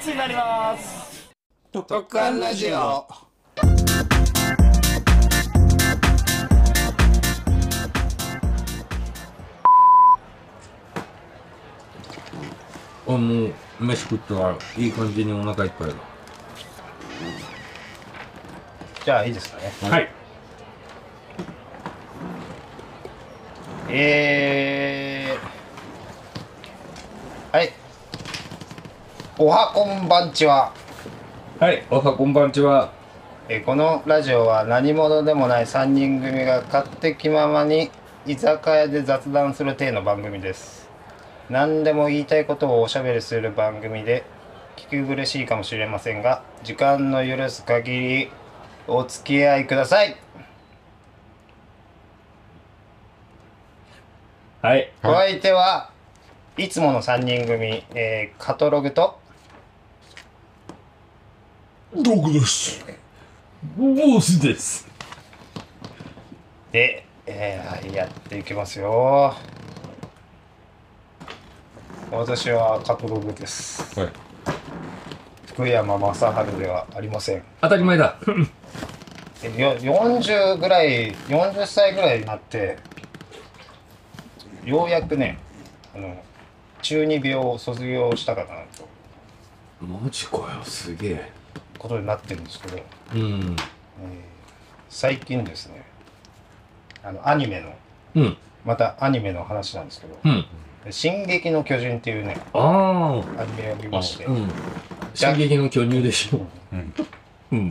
スになります特艦ラジオあもう飯食ったらいい感じにお腹いっぱいだじゃあいいですかねはいえー、はいおはこんばんちははいおはこんばんちはえーこのラジオは何者でもない3人組が勝手気ままに居酒屋で雑談する体の番組です何でも言いたいことをおしゃべりする番組で聞き苦しいかもしれませんが時間の許す限りお付き合いくださいはいお相手はいつもの3人組、えーカトログとドグですボスですで、えーやっていきますよ私はカトログですはい福山雅治ではありません当たり前だえよ40ぐらい40歳ぐらいになってようやくねあの中二病を卒業したかなと マジかよすげえことになってるんですけどうん最近ですねあのアニメのうんまたアニメの話なんですけどうん「進撃の巨人」っていうねあアニメを見あましてうん進撃の巨乳でしょうん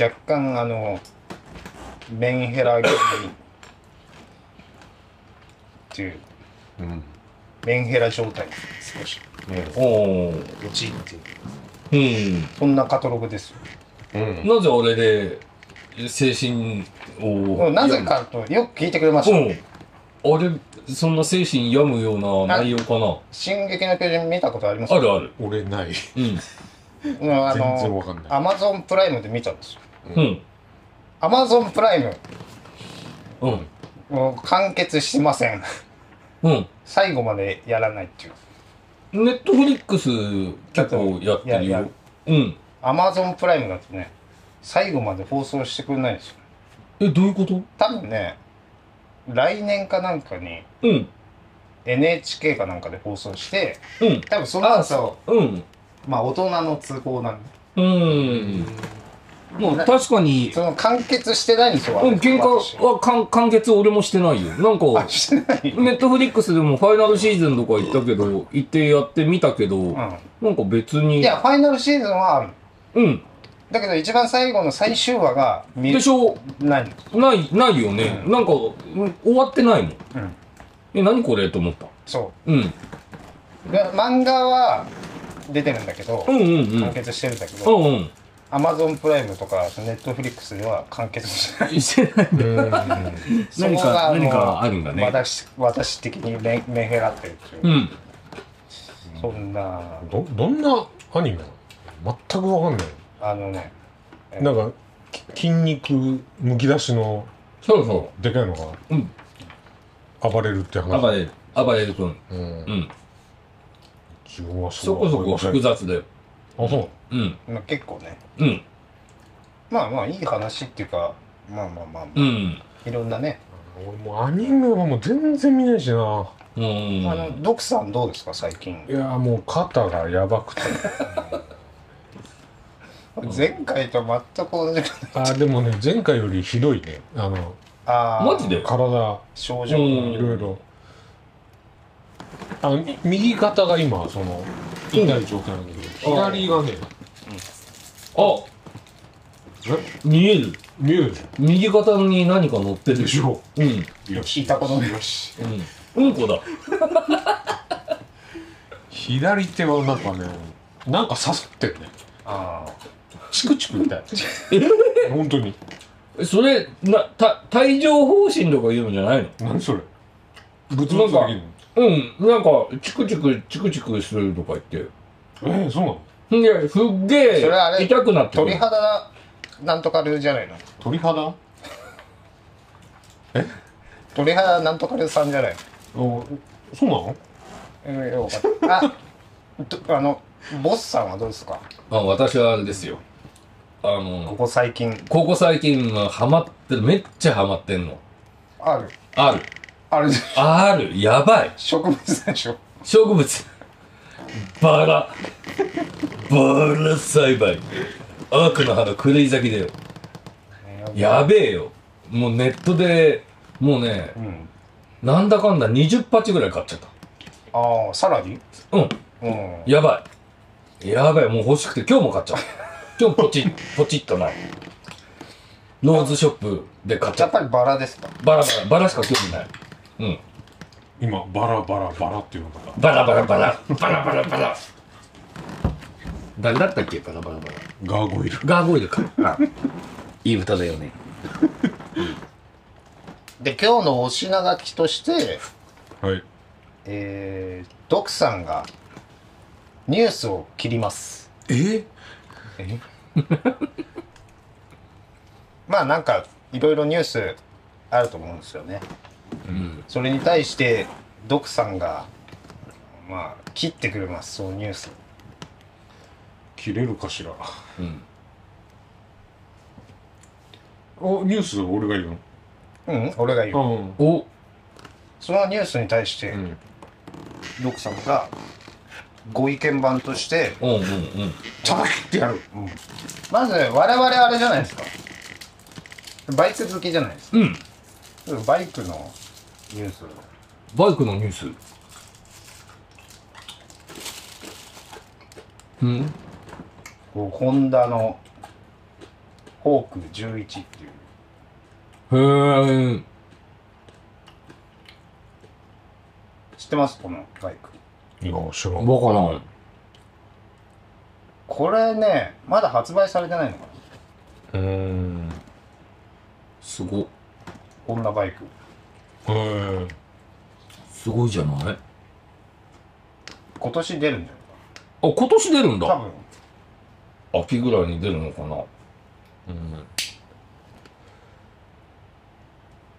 若干あのメンヘラ気味っていう、メンヘラ状態に少しおー陥っているうそんなカトログですよんなぜあれで精神もをうなぜかとよく聞いてくれました、うんあれそんな精神病むような内容かな進撃の巨人」見たことありますあるある俺ないうんうんあ全然わかんないアマゾンプライムで見たんですようんアマゾンプライムうんもう完結してませんうん最後までやらないっていうネットフリックス結構やっいてるやいやよ。うん。アマゾンプライムだとね最後まで放送してくれないんですよえ、どういうこと多分ね来年かなんかにうん。 NHK かなんかで放送してうん。多分その後うん。まあ大人の通報なんでうん。もう確かに、その完結してないんですようん、喧嘩私はかん完結俺もしてないよ。なんかあ、してないネットフリックスでもファイナルシーズンとか行ったけど、行ってやってみたけど、うなんか別んいに。やファイナルシーズンはあるうん。だけど一番最後の最終話が見でしょないのない、ないよね。なんか、うん終わってないもん。うんえ、何これと思った。そうん。うで漫画は出てるんだけどうんうんうん。完結してるんだけうどんうん。アマゾンプライムとかネットフリックスでは完結してない してないんだ。何そこがか、あの何かあるんだね。。私私的にメメンヘラってるっていううんそんなどどんなアニメなの全くわかんないあのねなんかき筋肉むき出しのそうそう。でかいのがうん。暴れるって話暴れる。暴れる君。うんうん。自分はそこそこ複雑雑だよ。あそううん。まあ結構ねうん。まあまあいい話っていうかまあまあまあ、うん。いろんなね、俺もうアニメはもう全然見ないしなうあん。のドクさんどうですか最近いやもう肩がや ばくて前回と全く同じことあでもね前回よりひどいねあのあーマジで体症状、うんいろいろあの右肩が今その痛い状態なんだけど左がねあ見える。見えるでし右肩に何か乗ってょる。ょうん。よ聞いたことないしうん。うんこだ。左手はなんかねなんか刺さってるねあチクチク痛い 本当にえそれ、な、た、帯状疱疹とか言うんじゃないの何それぶつぶつできるのうん。なんか、チクチク、チクチクするとか言って。えー、そうなのんで、すっげそれあれえ、痛くなっあてく鳥る。肌なんとかるじゃないの鳥肌鳥肌なんとかるさんじゃないのおそうなのえー、よかったあどあのボスさんはどうですかあ私はあれですよ。あこの、こ最近ここ最近はハマってる、めっちゃハマってんの。あるある。あれある。やばい。植物でしょ植物。バラ。バラ栽培。悪の花、狂い咲きだよ。やべえよ。もうネットで、もうねう、んなんだかんだ20鉢ぐらい買っちゃった。ああさらにうん。うんやばい。やばい。もう欲しくて今日も買っちゃった。今日ポチッ、ポチッとない。ローズショップで買っちゃやっっぱりバラですかた。バラバラ、バラしか興味ない。うん。今バラバラバラっていうのかなバラバラバラ。バラバラバラ。誰だったっけバラバラバラ。ガーゴイルガーゴイルか。あいい歌だよね。で今日のお品書きとしてはいえー、ドクさんがニュースを切りますえ まあなんかいろいろニュースあると思うんですよねうん。それに対してドクさんがまあ切ってくれますそのニュース切れるかしらうん。おニュース俺が言ううん俺が言うのうんお、そのニュースに対してうんドクさんがご意見番としてうんうんうん。叩き切ってやるまず我々あれじゃないですかバイク好きじゃないですかうん。バイクのニュースバイクのニュース。うん。こうホンダのフォーク11っていうへー。知ってますこのバイクいや知らんバカな。これねまだ発売されてないのかなうーんすご。ホンダバイクへすごいじゃないあ、今年出るんじゃ今年出るんないかなだ。多分秋ぐらいに出るのかな。うん。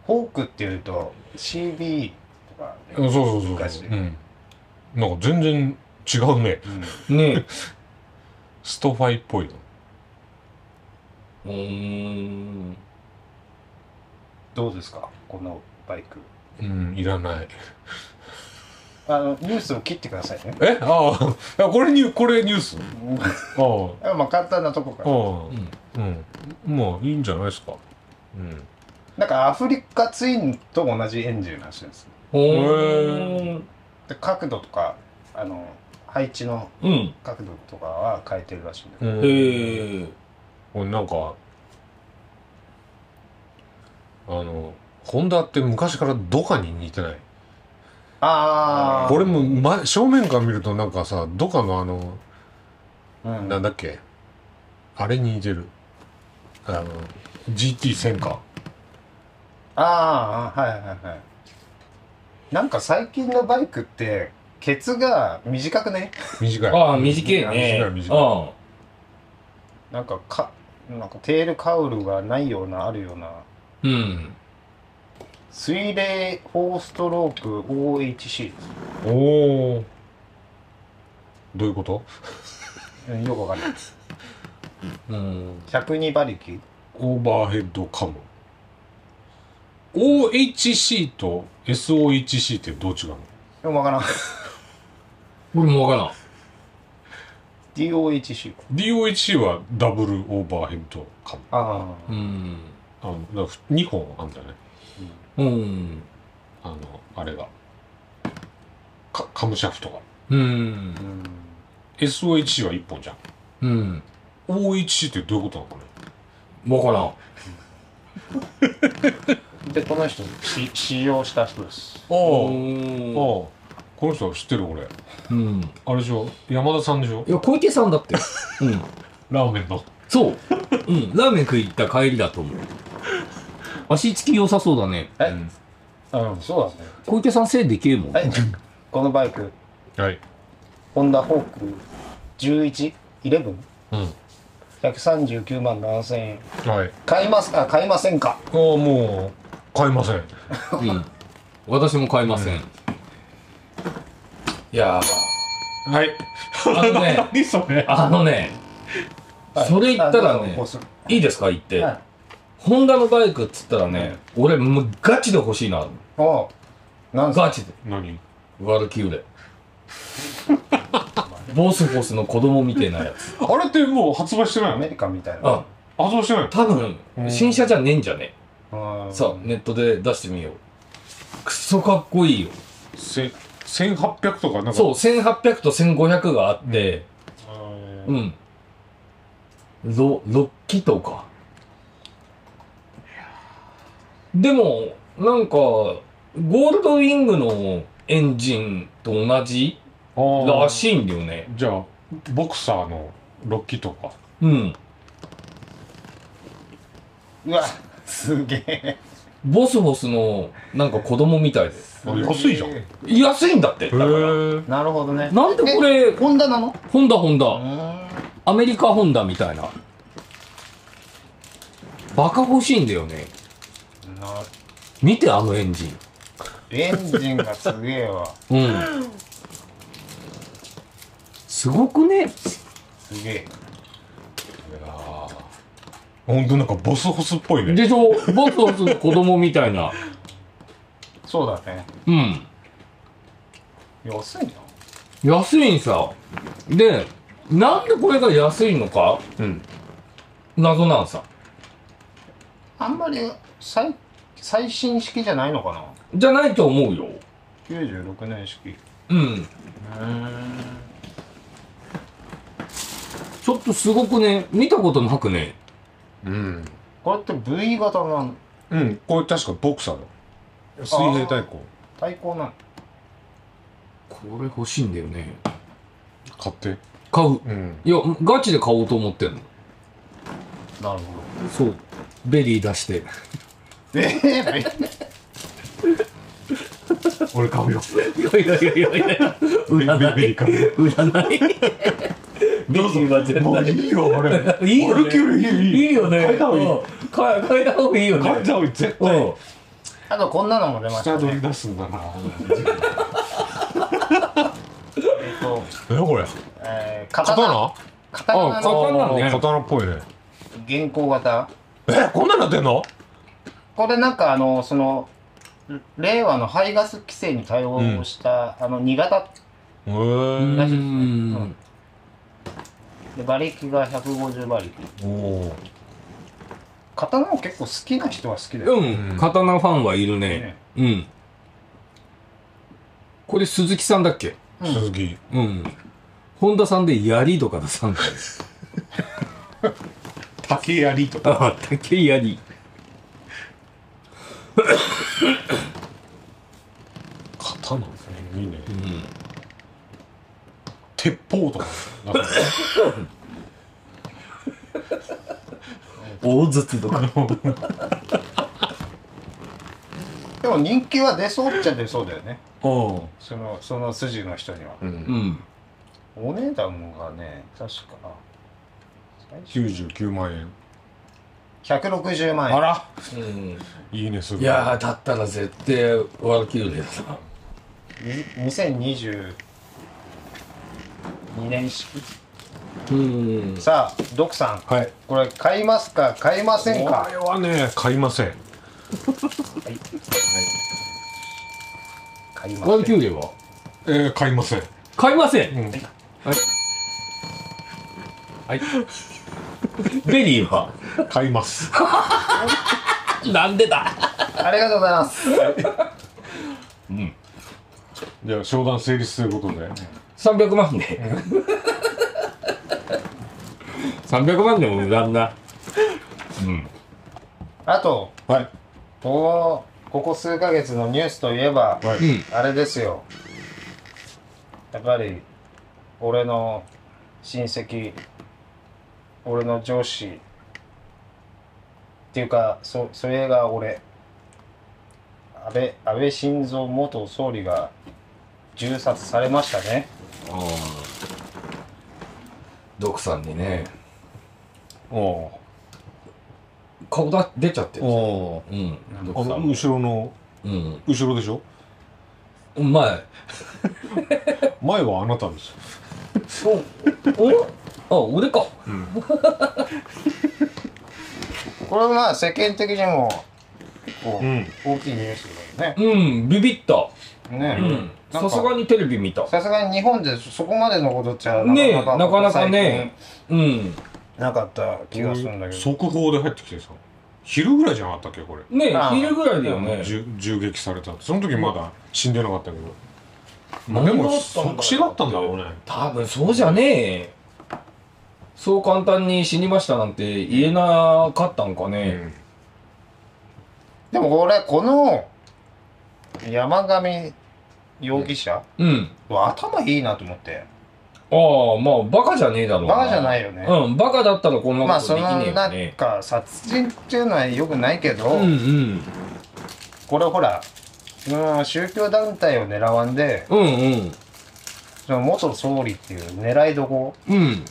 フォークっていうと CB とかえそうそうそう昔そううんなんか全然違うねねストファイっぽいのえ。うーん。どうですかこのバイクうんいらないあのニュースを切ってくださいねえああこれニュこれニュースああまあ簡単なとこからあうん。あ、うん。まあ、いいんじゃないですか。うん。なんかアフリカツインと同じエンジンらしいですほーん。で角度とかあの配置のうん。角度とかは変えてるらしいんだけどへえ。ー。これなんか、あの、ホンダって昔からドカに似てない。ああこれも、ま、正面から見るとなんかさ、ドカのあの、うんなんだっけ、あれに似てる。あの、GT 戦か。ああはいはいはいなんか最近のバイクってケツが短くね短い。ああ、短いね。短い短い。なんかかなんかテールカウルがないようなあるようなうん。うん。水冷4ストローク OHC ですおお。どういうことうんよくわかんないうん。 102馬力オーバーヘッドカム OHC と SOHC ってどう違うのでもわからん俺もわからん。 DOHC ?DOHC はダブルオーバーヘッドカムああうん。あのだから2本あんだよねうん。あのあれがカカムシャフトがうんう。ん SOHC は1本じゃんうん。 OHC ってどういうことなのかねわからん。でこの人し使用した人ですああおこの人知ってる俺うん。いあれでしょ山田さんでしょや、小池さんだって。うん。ラーメンのそう。うん。ラーメン食い行った帰りだと思う。足つき良さそうだね。えうんうんそうだね小池さん背でけえもん。はいこのバイクはいホンダフォーク11 11うん139万7000円はい買いますか買いませんかああもう買いませんうん。私も買いません。いやー、はい。あのね何そ れ。あのね、はいそれ言ったらあどうぞねこうするいいですか言って、はいホンダのバイクっつったらね、俺もうガチで欲しいな。おうなんすかガチで。何ワルキューレ。ボスボスの子供みたいなやつ。あれってもう発売してないアよメね。リカンみたいなあ、発売してないの多分、うん新車じゃねえんじゃねうんさあ、ネットで出してみよう。くっそかっこいいよ。せ1800とかなんか。そう、1800と1500があって、うん。うん。ろ、6気筒か。でも、なんか、ゴールドウィングのエンジンと同じあらあ。しいんだよね。じゃあ、ボクサーのロッキーとか。うん。うわすげえボスボスの、なんか子供みたいで。あ安いじゃんへ安いんだって。だからえなるほどねなんでこれえ、ホンダなのホンダホンうダ、ーんアメリカホンダみたいな。バカ欲しいんだよね。な見て、あのエンジン。エンジンがすげえわうん。すごくねすげえほんとなんかボスホスっぽいね。でしょボスボスの子供みたいな。そうだねうん。安いな安いんさ。で、なんでこれが安いのかうん。謎なんさ。あんまり最最新式じゃないのかなじゃないと思うよ。 96年式うん。うんちょっとすごくね、見たことなくね。うん。これって V 型のうん。これ確かボクサーだ。水平対抗。対抗なのこれ欲しいんだよね。買って。買う。うん。いや、ガチで買おうと思ってんの。なるほそう。ベリー出して。どええ俺買うよ。いやいやいやいやいや。占ベい。リー買 うよ。占い。ベリーは絶対もういいよ、俺。いいよね俺キュールいいいい。いいよね。変えた方がいういん変え変えた方がいいよね。買った方がいい絶う対。ん。あとこんなのも出まし下た取りね出すんだな。えっと、え、これ。えー、刀刀あ、刀の刀ね刀っぽいね。現行型え、こんなんなってんのこれなんかあのその令和の排ガス規制に対応した、あの2型へうえ。らしいですねん。で馬力が150馬力おお。刀を結構好きな人は好きだよ、うん。刀ファンはいるねね。うん。これ鈴木さんだっけうん鈴木。うん。本田さんで槍とか出さんかい。竹槍とか。あ、竹槍。刀ね。いいね。うん。鉄砲とか。なんか大筒とか。でも人気は出そうっちゃ出そうだよねうん。そのその筋の人にはうん。お値段がね確か最初99万円。 160万円あらうん。いいね、すごいやー、だったら絶対ワルキューレだな。 2022年式うん。さあドクさんはい。これ買いますか買いませんこかれはね、買いません。買いまワルせキんューレはえー、買いません。買いませんうん。はい。 ベリーは買います。 なんでだありがとうございますじゃあ、商談成立ということで。 300万で300万でも無駄なうんあとはい。こうここ数ヶ月のニュースといえば、はうい。んあれですよやっぱり俺の親戚俺の上司っていうかそそれが俺安倍安倍晋三元総理が銃殺されましたねドクさんにねおお顔だ出ちゃってー。うんドクあさの、ん後ろの、うん後ろでしょうまい前はあなたでしおおあ俺かこれはまあ世間的にもこう、うん大きいニュースだようんビビったね。ねうえんなんかさすがにテレビ見たさすがに日本でそこまでのことっちゃねえなかなかねうんなかった気がするんだょけど、速報で入ってきてさ昼ぐらいじゃなかったっけこれねえああ昼ぐらいだよね銃銃撃されたその時まだ死んでなかったけど、まあ、何でがあもったんだろう即死だったんだろうね多分そうじゃねえそう簡単に死にましたなんて言えなかったんかね、でも俺この山上容疑者、うん、は頭いいなと思ってああまあバカじゃねえだろうバカじゃないいよね、うんバカだったらこんなまあことそでのきねえなよんね、か殺人っていうのはよくないけど、うんこれほらうん宗教団体を狙わんでうんうんうんその元総理っていう狙いどこうんうん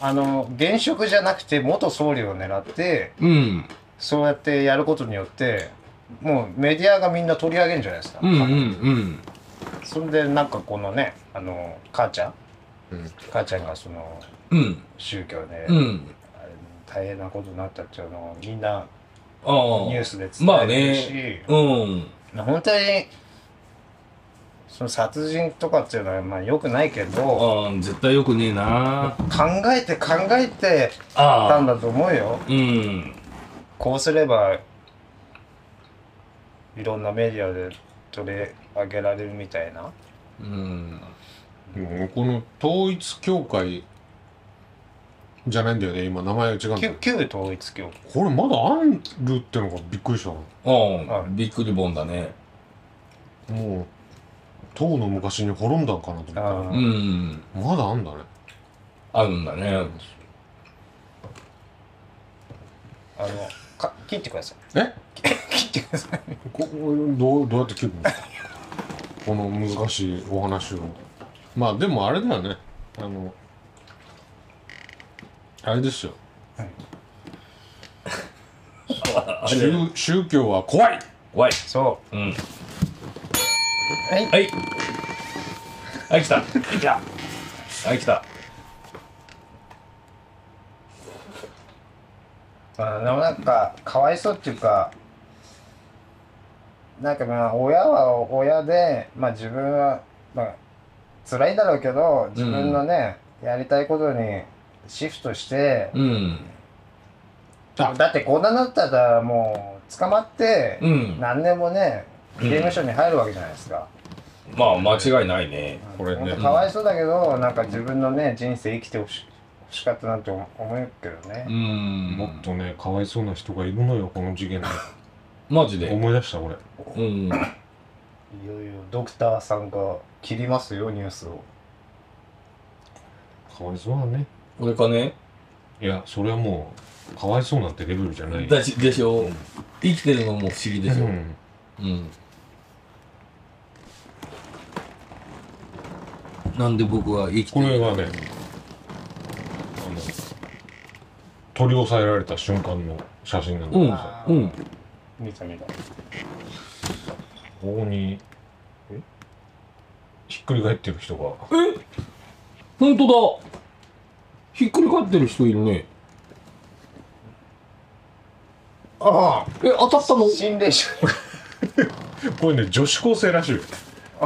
あの現職じゃなくて元総理を狙ってうんそうやってやることによってもうメディアがみんな取り上げるんじゃないですか、うんうんうんそれでなんかこのねあの母ちゃん、うん母ちゃんがそのうん宗教で、うんあれ大変なことになったっていうのをみんなああニュースで伝まあえてるし、ねうん本当にその殺人とかっていうのはまあ良くないけどああ絶対よくねえな考えて考えてたんああだと思うようんこうすればいろんなメディアで取り上げられるみたいなうんもうこの統一教会じゃないんだよね今名前が違うんだ旧よ旧統一教会これまだあるってのがびっくりしたなああはいびっくりボンだねもう唐の昔に滅んだんかなと思ったらあーうんまだあんだねあるんだね。あのか切ってくださいえ切ってくださいこどうどうやって切るのこの難しいお話をまあでもあれだよねあのあれですよあ 宗宗教は怖い怖い。そうん。うはいはい。はい、来た。はい、来た。はい、来た。あでもなんかかわいそうっていうかなんかまあ親は親で、まあ、自分は、まあ辛いだろうけど自分のね、やりたいことにシフトして、うん。あだってこんなになったらもう捕まって、うん。何年もねうん刑務所に入るわけじゃないですか、まあ、間違いないね。これねほんとかわいそうだけどなんか自分のね人生生きてほし欲しかったなと思うけどね、んもっとねかわいそうな人がいるのよこの事件でマジで。思い出した俺うん。いよいよドクターさんが切りますよニュースをかわいそうだね俺かね。いやそれはもうかわいそうなんてレベルじゃないだし、でしょ。生きてるのも不思議でしうょ。んうん。なんで僕は生きてこれるがねあの取り押さえられた瞬間の写真なんだうけんどさ、。うん。見た見たここにひっくり返ってる人がほんとだ。ひっくり返ってる人いるね。ああえ、当たったの心霊者これね女子高生らしいよ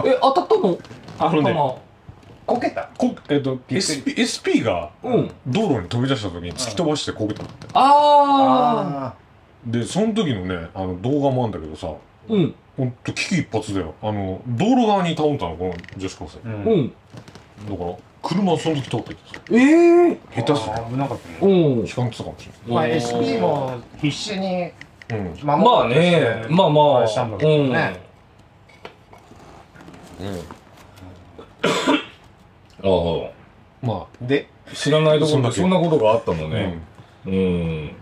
え、当たったのあのね頭こけたこえっとびっく SP, SP がうん。道路に飛び出した時に突き飛ばしてこけたのあでその時のねあの動画もあるんだけどさー。うん。ほんと危機一髪だよあの道路側に倒れたのこの女子高生あうだかんうん。ら車その時通ってきてさええ下手すああ危なかったうねんり。悲観ってたかもしまあ SP。も必死にれないうん守まろあうとしてね、まあまあ。れしたんだけどね、うん。あまであ。知らないとこそんろだでけそんなことがあったのあね。うん。うん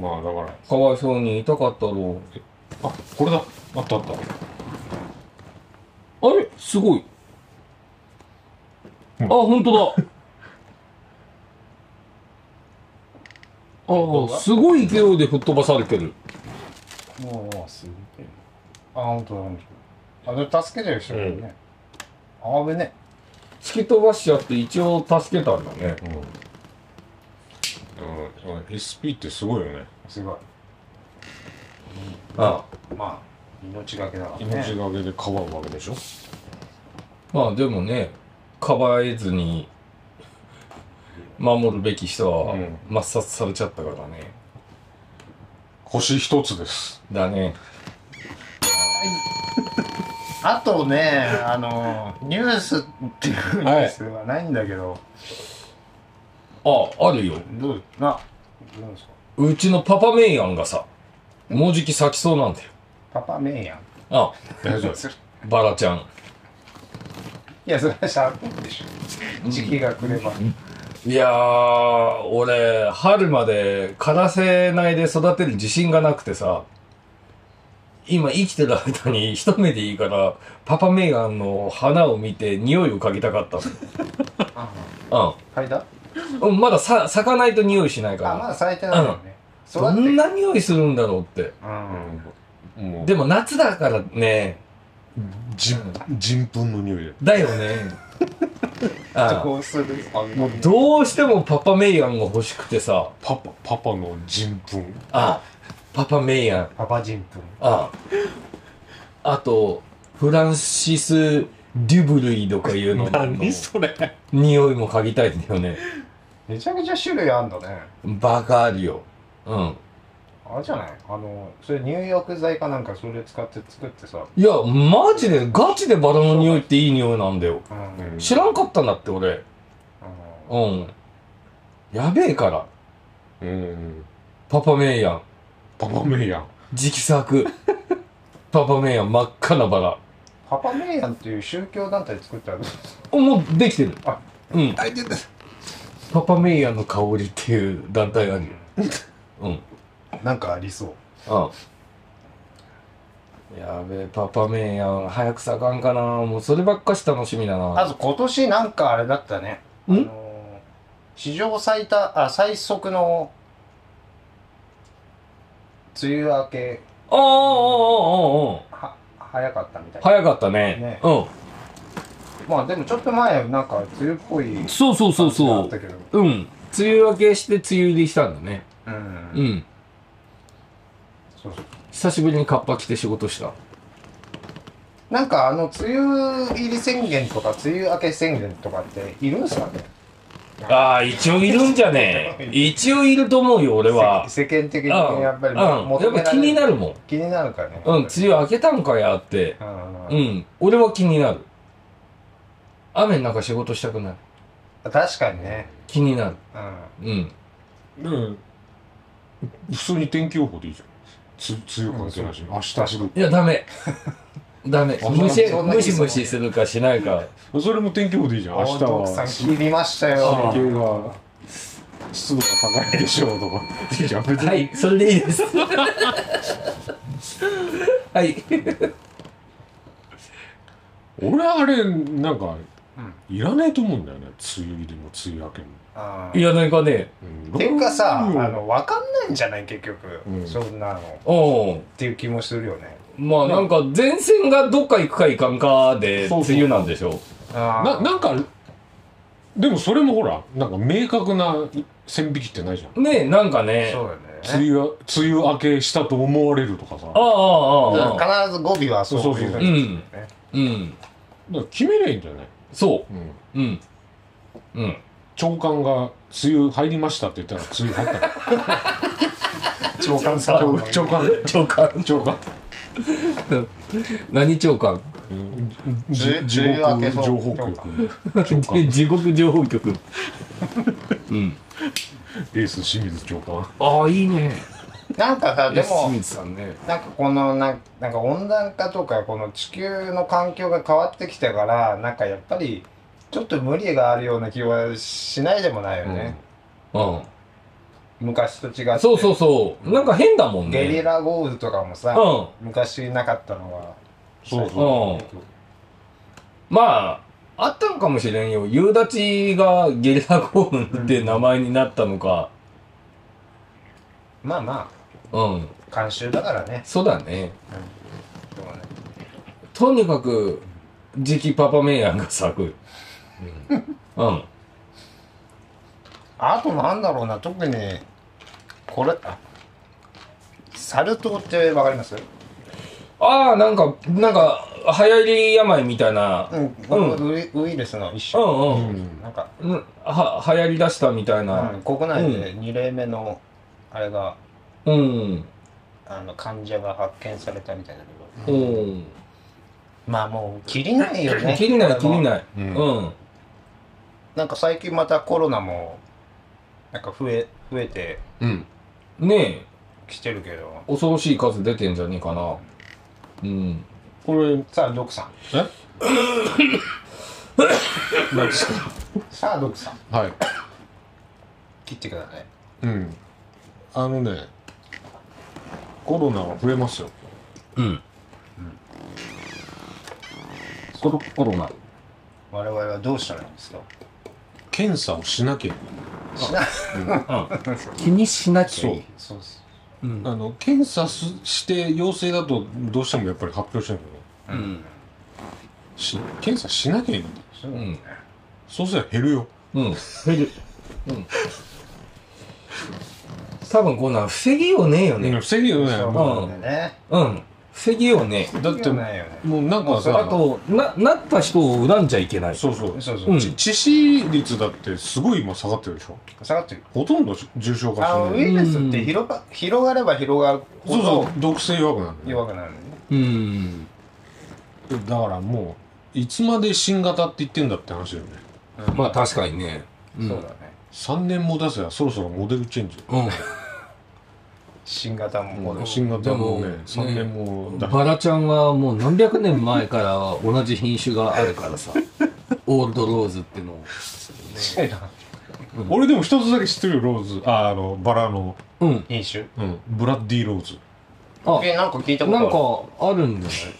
まあだからかわいそうに痛かったろう。あこれだあったあったあれすごい。あ、うんほんとだ。ああ、すごい勢いで吹っ飛ばされてる。もうすぐあ本当だ本当だあでも助けてる人もいるね、あ危ね突き飛ばしちゃって一応助けたんだねうん、うん、SP ってすごいよねすごいあまあ命がけだから命ねがけでかばうわけでしょあまあでもねかばえずに守るべき人はうん抹殺されちゃったからね、星一つですだねあとねあのニュースっていうニュースはないんだけど、ああるよどうなどうですかうちのパパメイアンがさもうじき咲きそうなんだよパパメイヤンあ大丈夫それバラちゃんいやそれはしゃべるでしょ時期が来れば、いやー俺春まで枯らせないで育てる自信がなくてさ今生きてる間に一目でいいからパパメイアンの花を見て匂いを嗅ぎたかったあの嗅いだうんうんまださ咲かないと匂いしないあかまらだ咲いてないよね、ど育ってんな匂いするんだろうってうんうんもうでも夏だからねじん人糞の匂いでだよねああこうするもうどうしてもパパメイアンが欲しくてさパパパパの人糞あパパメイアンパパジンプあああとフランシス・デュブルイとかいうののれ匂いも嗅ぎたいんだよねめちゃくちゃ種類あんだねバカあるようんあれじゃないあのそれ入浴剤かなんかそれ使って作ってさ、いやマジでガチでバラの匂いっていい匂いなんだようんうん知らんかったんだって俺あのうんやべえからうんパパメイヤンパパメイヤン直作パパメイヤン真っ赤なバラパパメイヤンっていう宗教団体作ったのおもうできてるあうん大丈夫ですパパメイヤンの香りっていう団体 があるようんなんかありそううん。やべえ、パパめえやん。早く咲かんかな。もうそればっかし楽しみだあな。と今年なんかあれだったねあんの史上最多あ最速の梅雨明けああ、ああ、ああ、あは早かったみたいあ。早かったね。ねうまあでもちょっと前なんか梅雨っぽいん。そうそうそう感じがあそったけどう。うん。梅雨明けして梅雨入りしたんだね。うん、うん。そうそう久しぶりにカッパ着て仕事した。なんかあの梅雨入り宣言とか梅雨明け宣言とかっているんすかねああ、一応いるんじゃねえ。 一応いると思うよ、俺は。世世間的うん。にやっぱりうん。やっぱ気になるるもん。気になるからねうん、梅雨明けたんかやって。うんううんん。俺は気になる。雨の中仕事したくなる。確かにね気になる。うんうん。うん普通に天気予報でいいじゃんつ梅雨関係なしに明日するいや、ダメ。ダメ。あ無視、そんな無視無視するかしないか。それも天気予報でいいじゃん明日奥さんは切りましたよ湿気が湿度が高いでしょ うとかいいじゃん別に、はい、それでいいです。はい。俺あれなんかうんいらないと思うんだよね梅雨入りも梅雨明けも、あーいや、なんかね、うん、ていうかさあうんの分かんないんじゃない結局、うんそんなのっうん。ていう気もするよねまあ、なんか、前線がどっか行くか行かんかで、そう梅そう雨なんでしょ。あななんかでもそれもほらなんか明確な線引きってないじゃんねえ、なんかーね。そうだよね梅雨は梅雨明けしたと思われるとかさだああ、かああ、だああ。から必ず語尾はそういうふうにそうそうするよねうん。ら決めりゃいいんじゃない、そうん、う。うん。うん。長官が梅雨入りましたって言ったら梅雨入っ た長官さん 長長官長官。長官何長官じ梅地梅雨明け獄そう情報長局長官 地獄情報局。うん。エース清水長官ああ、いいね。なんかさでも清水さんね。なんかこのななんか温暖化とかこの地球の環境が変わってきたからなんかやっぱりちょっと無理があるような気はしないでもないよね、うん。昔と違ってそうそうそう。なんか変だもんね。ゲリラ豪雨とかもさ、うん。昔なかったのがそうそううん。まあ、あったんかもしれんよ。夕立がゲリラ豪雨って名前になったのか。まあまうん。あ慣習だからねそうだね。でもねとにかく次期パパメイヤンが咲くうん、うん、あとなんだろうな特にこれあサル痘ってわかりますああなんかなんか流行り病みたいなうん、このウイウイルスの一う種、んう、うんんなんか、うんは流行りだしたみたいうんな国内で2例目のあれが、うん、あの患者が発見されたみたいだけど、うんまあもう切りないよね 切れない切れいないうんうんなんか最近またコロナもなんか増え増えてうんねきてるけどえ恐ろしい数出てんじゃねえかなうんこれさあドクさんえドクさんさあドクさんはい切ってくださいうんあのねコロナは増えますようんコロコロナ我々はどうしたらいいんですか検査をしなきゃしな気にしなきゃそういいそうですうんあの検査すして陽性だとどうしてもやっぱり発表しなきゃいけないうんし検査しなきゃいいのそうだねそうすれば減るようん減るうん多分こんなん防ぎようねえよね防ぎよねそうもなんだよねうん防ぎようねうだっだっててないよねもうなんもかうそれあさとななった人を恨んじゃいけないそうそうそうそう、うん致死率だってすごい今下がってるでしょ下がってるほとんど重症化あのしウないイルスって広が広がれば広がるそほうそどう毒性弱くなるんだよ弱くなるのねうんだからもういつまで新型って言ってんだって話だよねまあ確かにねうんそうだね3年も出せばそろそろモデルチェンジう新型もこう新型もでねも3年もんだバラちゃんはもう何百年前から同じ品種があるから さオールドローズってのを 俺でも一つだけ知ってるよローズああのバラの、うん品種うん、ブラッディローズあえなんか聞いたことあなんるかあるんじゃない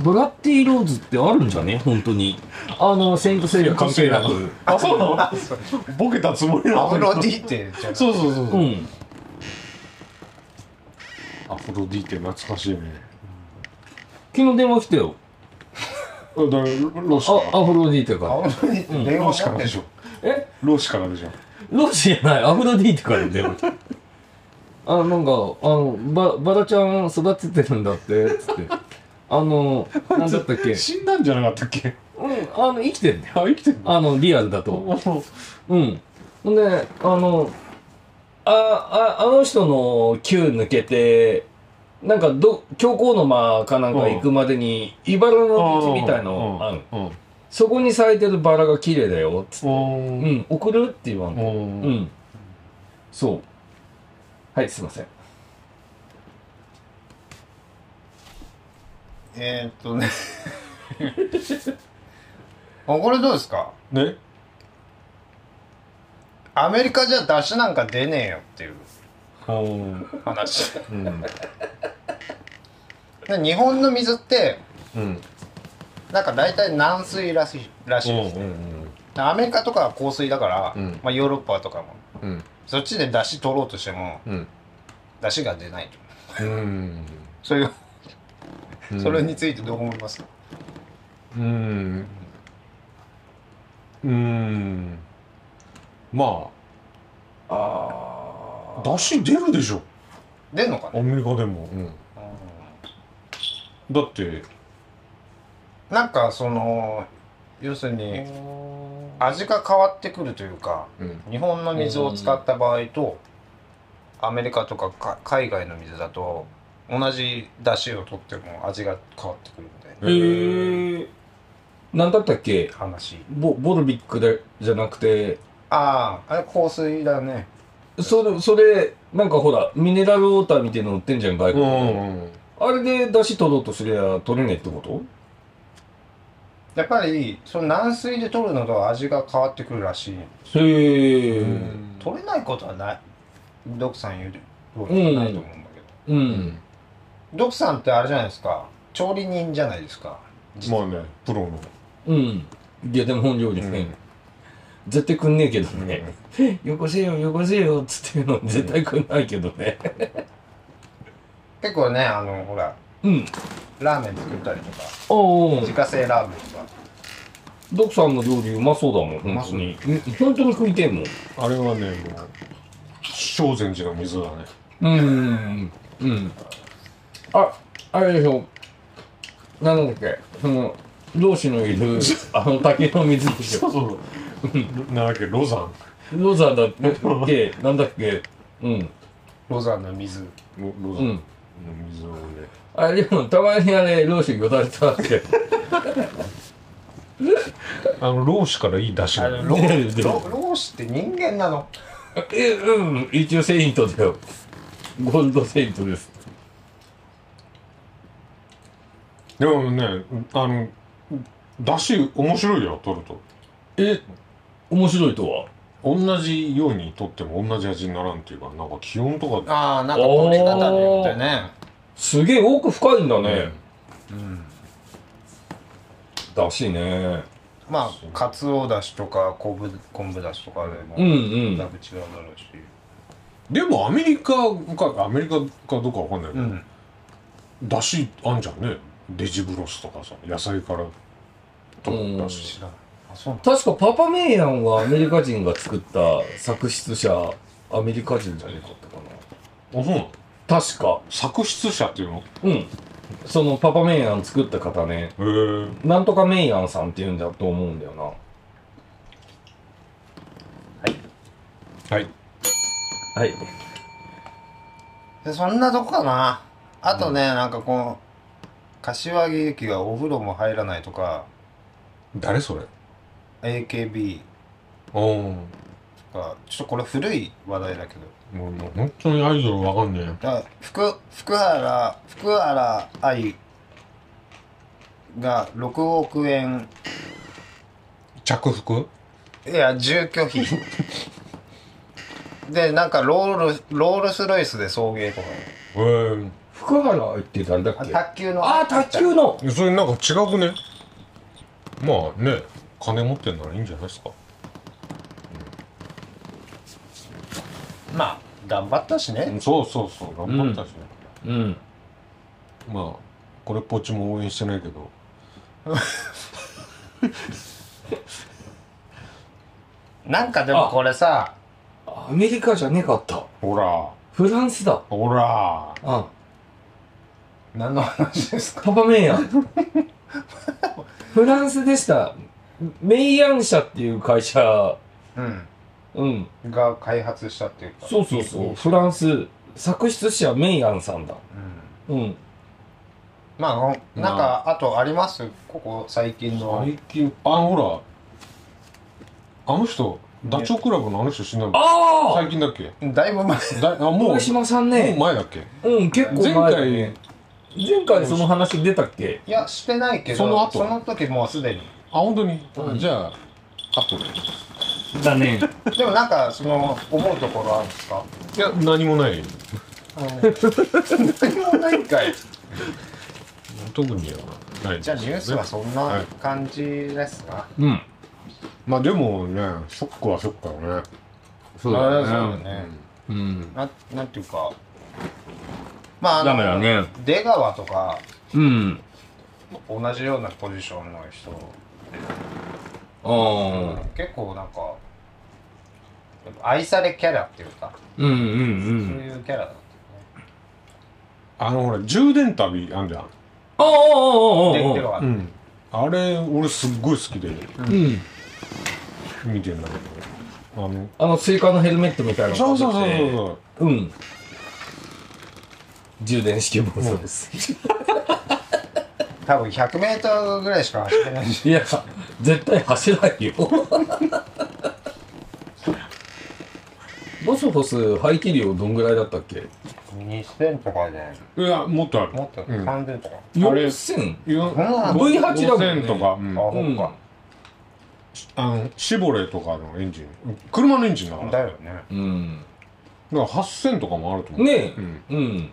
ブラッディローズってあるんじゃね本当にあのセイントセイヤ関係なくあそうなのボケたつもりなアフのロにディってじゃそうそうそううそう、んアフロディって懐かしいね昨日電話来たよあだロシあかアフロディーテからアフロディって電ロ話シしからかででししょょえロシからでしょロシじゃないアフロディーテから電話来たあなんかあのババラちゃん育ててるんだってつってあのなんだった っけうん死んだんじゃなかったっけあの生きてんだよあ生きてるあのリアルだとうん。ほんで、あの、あ、あ、あの人の9抜けて、なんかど、教皇の間かなんか行くまでに、茨の道みたいのある。うんそこに咲いてるバラが綺麗だよ、つって。うんうん、送るって言わんうと。んううんん。そう。はい、すいません。えー、っとね あこれどうですかねアメリカじゃ出汁なんか出ねえよっていううん話うんで日本の水ってうんなんか大体軟水らしいらしいです、うんアメリカとかは硬水だから、うんまあ、ヨーロッパとかもうんそっちで出汁取ろうとしてもうん出汁が出ないとうんそういううんそれについてどう思いますか、うんうんまああ出汁出るでしょ出んのかアね、メリカでも、うん、だってなんかその要するにう味が変わってくるというかん日本の水を使った場合とアメリカとかか海外の水だと同じ出汁を取っても味が変わってくるみたいなへえ。なんだったっけ話ボボルビックでじゃなくて、あああれ香水だねそれ、それ、なんかほら、ミネラルウォーターみたいなの売ってんじゃん、外う国。んあれで出汁取ろうとすりゃ取れねえってことやっぱりその軟水で取るのと味が変わってくるらしいへえ。取れないことはないドクさん言う通うりんないと思うんだけど、ううんん。ドクさんってあれじゃないですか調理人じゃないですかまあねプロのうん。いや、でも本料理ね、うん絶対くんねえけどね。よこせよ、よこせよ、つっての絶対くんないけどね。結構ねあのほらうん。ラーメン作ったりとかお自家製ラーメンとかドクさんの料理うまそうだもん、まそ本当うに。うん本当に食いてんもん。あれはね、もう、正禅寺の水だね。うん。うん。あ、あれでしょ。なんだっけ、その、同士のいる、あの滝の水でしょ。うそうそう。なんだっけ、ロザロザだっ け、なんだっけ、うん、ロザンの水ン。ロロうザンん。の水をね。あれでも、たまにあれ、老子よだれたんですよ。あの、老子からいい出汁あのがね。ロねえロローシって人間なのえ、うん、一応セイントだよ。ゴールドセイントです。でもね、あの、出汁面白いよ、取ると。え、面白いとは同じように取っても同じ味にならんっていうか、なんか気温とか、ああなんか取り方によってねすげえ奥深いんだね。うんだしね。まあかつおだしとか昆布昆布だしとかでもうんうんだいぶ違うだろうしでもアメリカか、アメリカかどうかわかんないけうど、ん出汁あんじゃんね。デジブロスとかさ、野菜から取る出汁。知らんあそうなの確かパパメイヤンはアメリカ人が作った作出者、アメリカ人じゃなかったかあ、そうなのな。確か。作出者っていうのうへん。そのパパメイヤン作った方ね、えー。なんとかメイヤンさんって言うんだと思うんだよな。はい。はい。でそんなとこかなあとね、なんかこう柏木由紀がお風呂も入らないとか誰それ AKB ああ。もとかちょっとこれ古い話題だけどうもう本当にアイドルわかんねだから福福原福原愛が6億円え。着服いや住居費 でなんかロールロールス・ロイスで送迎とかええー。福原愛って誰だっあけ卓球のあ、卓球のそれなんか違くねまあね、金持ってんならいいんじゃないですか。まあ頑張ったしねそうそうそう、頑張ったしね。うん。まあ、これっぽっちも応援してないけど。なんかでもこれさアメリカじゃねかった。ほら、フランスだ。ほら。あ、何の話ですかパパメイヤン。フランスでした。メイヤン社っていう会社、うんうん。が開発したっていうかそうそうそう。フランス、作出者メイヤンさんだ。うんうん。まあおなんかあとありますここ最近の最近、あ、ほら、あの人、ダチョウ倶楽部のあの人死んだのああ最近だっけだいぶ前だあ、もう、も上う島さんね。前だっけうん、結構前前だね回、前回その話出たっけいやしてないけどその後時もうすでにあ、本当に、うんじゃあ、カットで。だね。でもなんかその思うところあるんですかいや、何もない。何もないん かい特にはないですね、じゃあニュースはそんな感じですか、うん。まあでもね、ショックはショックだよね。そうああだそうね。だね、うん。ななんていうかまああのダメだね。出川とかうん。同じようなポジションの人、ああ。結構なんか愛されキャラっていうか、うんうんそう。うんいうキャラだっあのほら、充電旅あんじゃん。ああああああたよね、で出ああ。川、ん。あれ、俺すっごい好きでうん。見てんだけど。あの、あの、スイカのヘルメットみたいなそのうそうかそうぶってそうそう。うん。充電式もそうです。多分100メートルぐらいしか走ってないしいや、絶対走らないよ。ボスボス排気量どんぐらいだったっけ2000とかじゃないいや、もっとある。もっとうん3000とか、あれ ?4000? いやそんなのあんの V8 だもんね5000とか、うんああそっか、の、シボレーとかのエンジン。車のエンジンだから。だかだよねうん。ら8000とかもあると思う。ねえうん。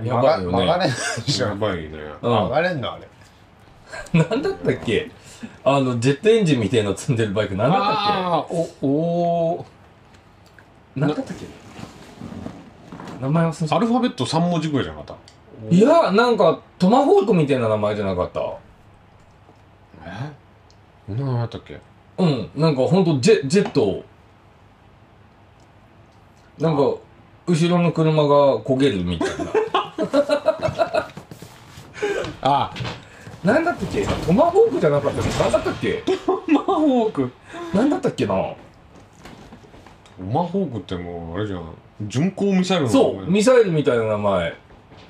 うん。や曲ばがいよね曲がれないじゃやんばいね。うん曲がれんのあれなんだったっけあの、ジェットエンジンみたいなの積んでるバイク、なんだったっああ、お、おーけなんだったっけ名前忘れちゃっアルファベット3文字ぐらいじゃなかったたいやなんかトマホークみたいな名前じゃなかったえそんな名前だったっけうんなんかほんとジェジェットなんか後ろの車が焦げるみたいあ ななんだったっけトマホークじゃなかったっけなんだったっけマホークなんだったっけなマホークってもうあれじゃん巡航ミサイルのそううミサイルみたいな名前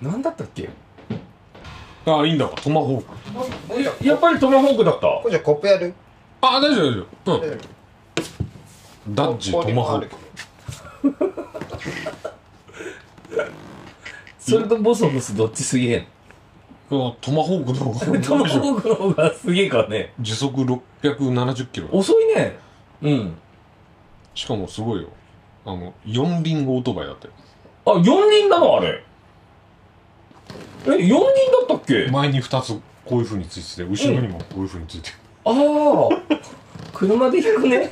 なんだったっけあいいんだわトマホークいややっぱりトマホークだったこれじゃあコップやるあ大丈夫大丈夫、大丈うん、ダッジトここにマもホあーるクそれとボソボスどっちすげえんあトマホークの方が トマホークの方がすげえからね 時速670キロ遅いねうんしかもすごいよあの四輪オートバイだってあ四輪なのあれえ四輪だったっけ前に2つこういうふうについてて後ろにもこういうふうについてる、ああ車で行くね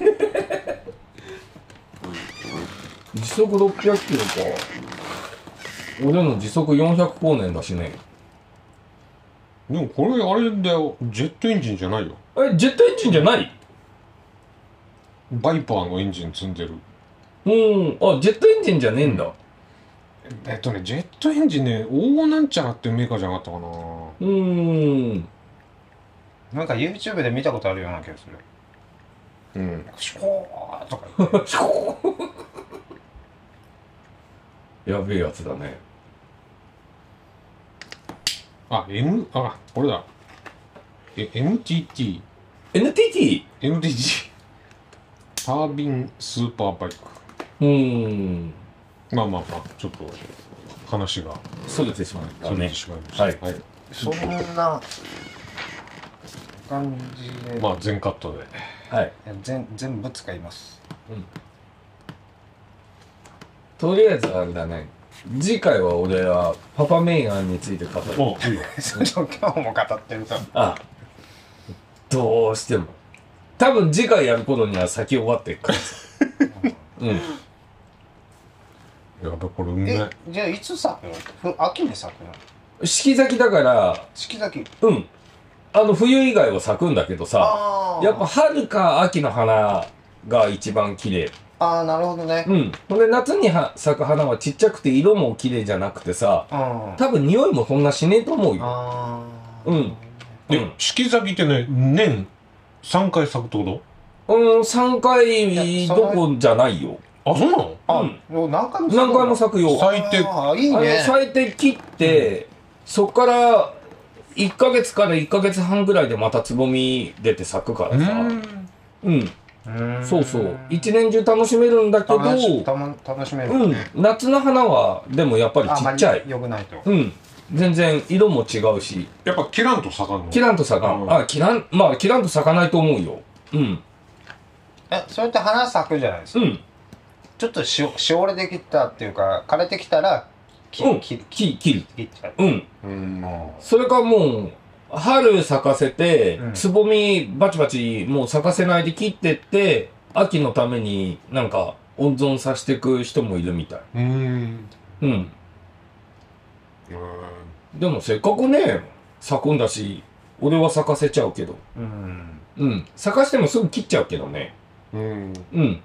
時速600キロか俺の時速400光年だしねでもこれあれだよジェットエンジンじゃないよえジェットエンジンじゃないバイパーのエンジン積んでるうんあジェットエンジンじゃねえんだえっとねジェットエンジンね大なんちゃらっていうメーカーじゃなかったかなうーんなんか YouTube で見たことあるような気がするうんシュコーとか言ってやべえやつだねあ M あこれだえ MTT NTT? MTT タービンスーパーバイクうーんまあまあまあちょっと話がそれてしまったそれねてしまいました、はいはい、そんな感じで、まあ全カットではいいや全全部使います とりあえずあれだね次回は俺はパパメイガンについて語るあいいよそれを今日も語ってるとあどうしても多分次回やる頃には先終わってっ からさうんやっぱこれうめええじゃあいつ咲くのふ秋に咲くの四季咲きだから四季咲きうんあの冬以外は咲くんだけどさああやっぱ春か秋の花が一番綺麗ああなるほどねうんほんで夏には咲く花はちっちゃくて色も綺麗じゃなくてさうんあ多分匂いもそんなしねえと思うよあうんうでん、四季咲きってね年3回咲くってこうん、3回いやどこじゃないよとあそうなのあ、うんもう何回も何回も咲くよ咲いてああいいあのね咲いて切って、そっから1ヶ月から1ヶ月半ぐらいでまたつぼみ出て咲くからさうん、うんそうそう一年中楽しめるんだけど楽し楽楽しめるうん夏の花はでもやっぱりあちまっりちゃい良くないとうん全然色も違うしやっぱ切らんと咲かんのキランと咲かうんんあキランまあキランと咲かないと思うようんえそれって花咲くじゃないですうかんちょっとしおしおれてきたっていうか枯れてきたら切うん切切木切る切っちゃううんうんそれかもう、春咲かせて、うんつぼみバチバチもう咲かせないで切ってって、秋のためになんか温存させていく人もいるみたい。うんうん。うんでもせっかくね、咲くんだし、俺は咲かせちゃうけど。うんうん。咲かしてもすぐ切っちゃうけどね。うんうん。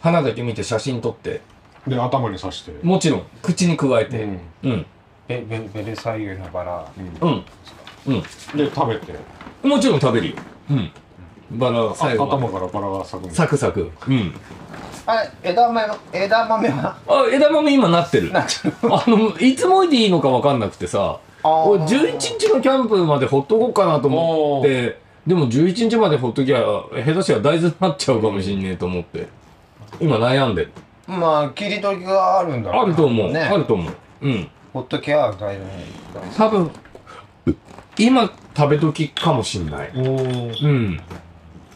花だけ見て写真撮って。で頭に刺してもちろん、口に加えうて。んうん。ベベベルサイユのバラうんうん。で食べてもちろん食べるよ。うん。バラ、あ最後ま頭からバラが咲くで。のサクサク。うん。あ枝豆は枝豆は あ、枝豆今なってる。なんかあの、いつもいでいいのか分かんなくてさ、あ俺ー11日のキャンプまでほっとこうかなと思って、でも11日までほっときゃ、下手したら大豆になっちゃうかもしんねえと思って、今悩んでる。まあ切り取りがあるんだろあると思う。ねあると思う。うん。ほっときゃ大丈夫多分、今食べときかもしんない。おーうん。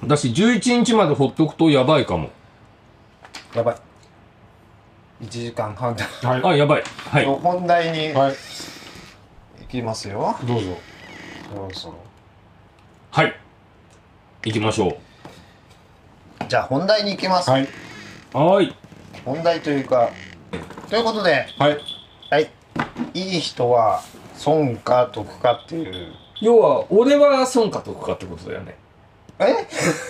だし、11日までほっとくとやばいかも。やばい1時間半 だはいあ、やばい。はい。本題に行はいきますよどうぞそろそろはい。行きましょじゃあ本題に行きますはいはーい。本題というかということで、はいはい、いい人は損か得かっていう。要は、俺は損か得かってことだよね。え